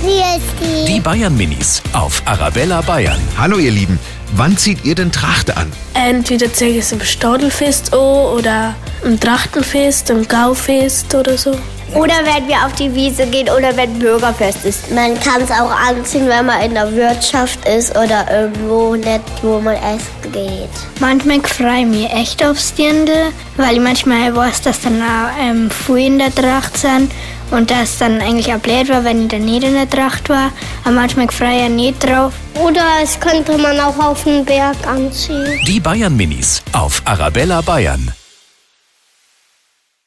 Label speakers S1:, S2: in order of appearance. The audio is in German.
S1: Hier ist
S2: Die Bayern Minis auf Arabella Bayern.
S3: Hallo ihr Lieben, wann zieht ihr denn Tracht an?
S4: Entweder zeige ich es im Stadelfest an oder im Trachtenfest, im Gaufest oder so.
S1: Oder wenn wir auf die Wiese gehen oder wenn Bürgerfest ist. Man kann es auch anziehen, wenn man in der Wirtschaft ist oder irgendwo nicht, wo man essen geht.
S5: Manchmal freue ich mich echt aufs Dirndl, weil ich manchmal weiß, dass dann auch ähm, viele in der Tracht sind und dass dann eigentlich auch blöd war, wenn ich dann nicht in der Tracht war. Aber manchmal freue ich ja nicht drauf.
S1: Oder es könnte man auch auf den Berg anziehen.
S2: Die Bayern Minis auf Arabella Bayern.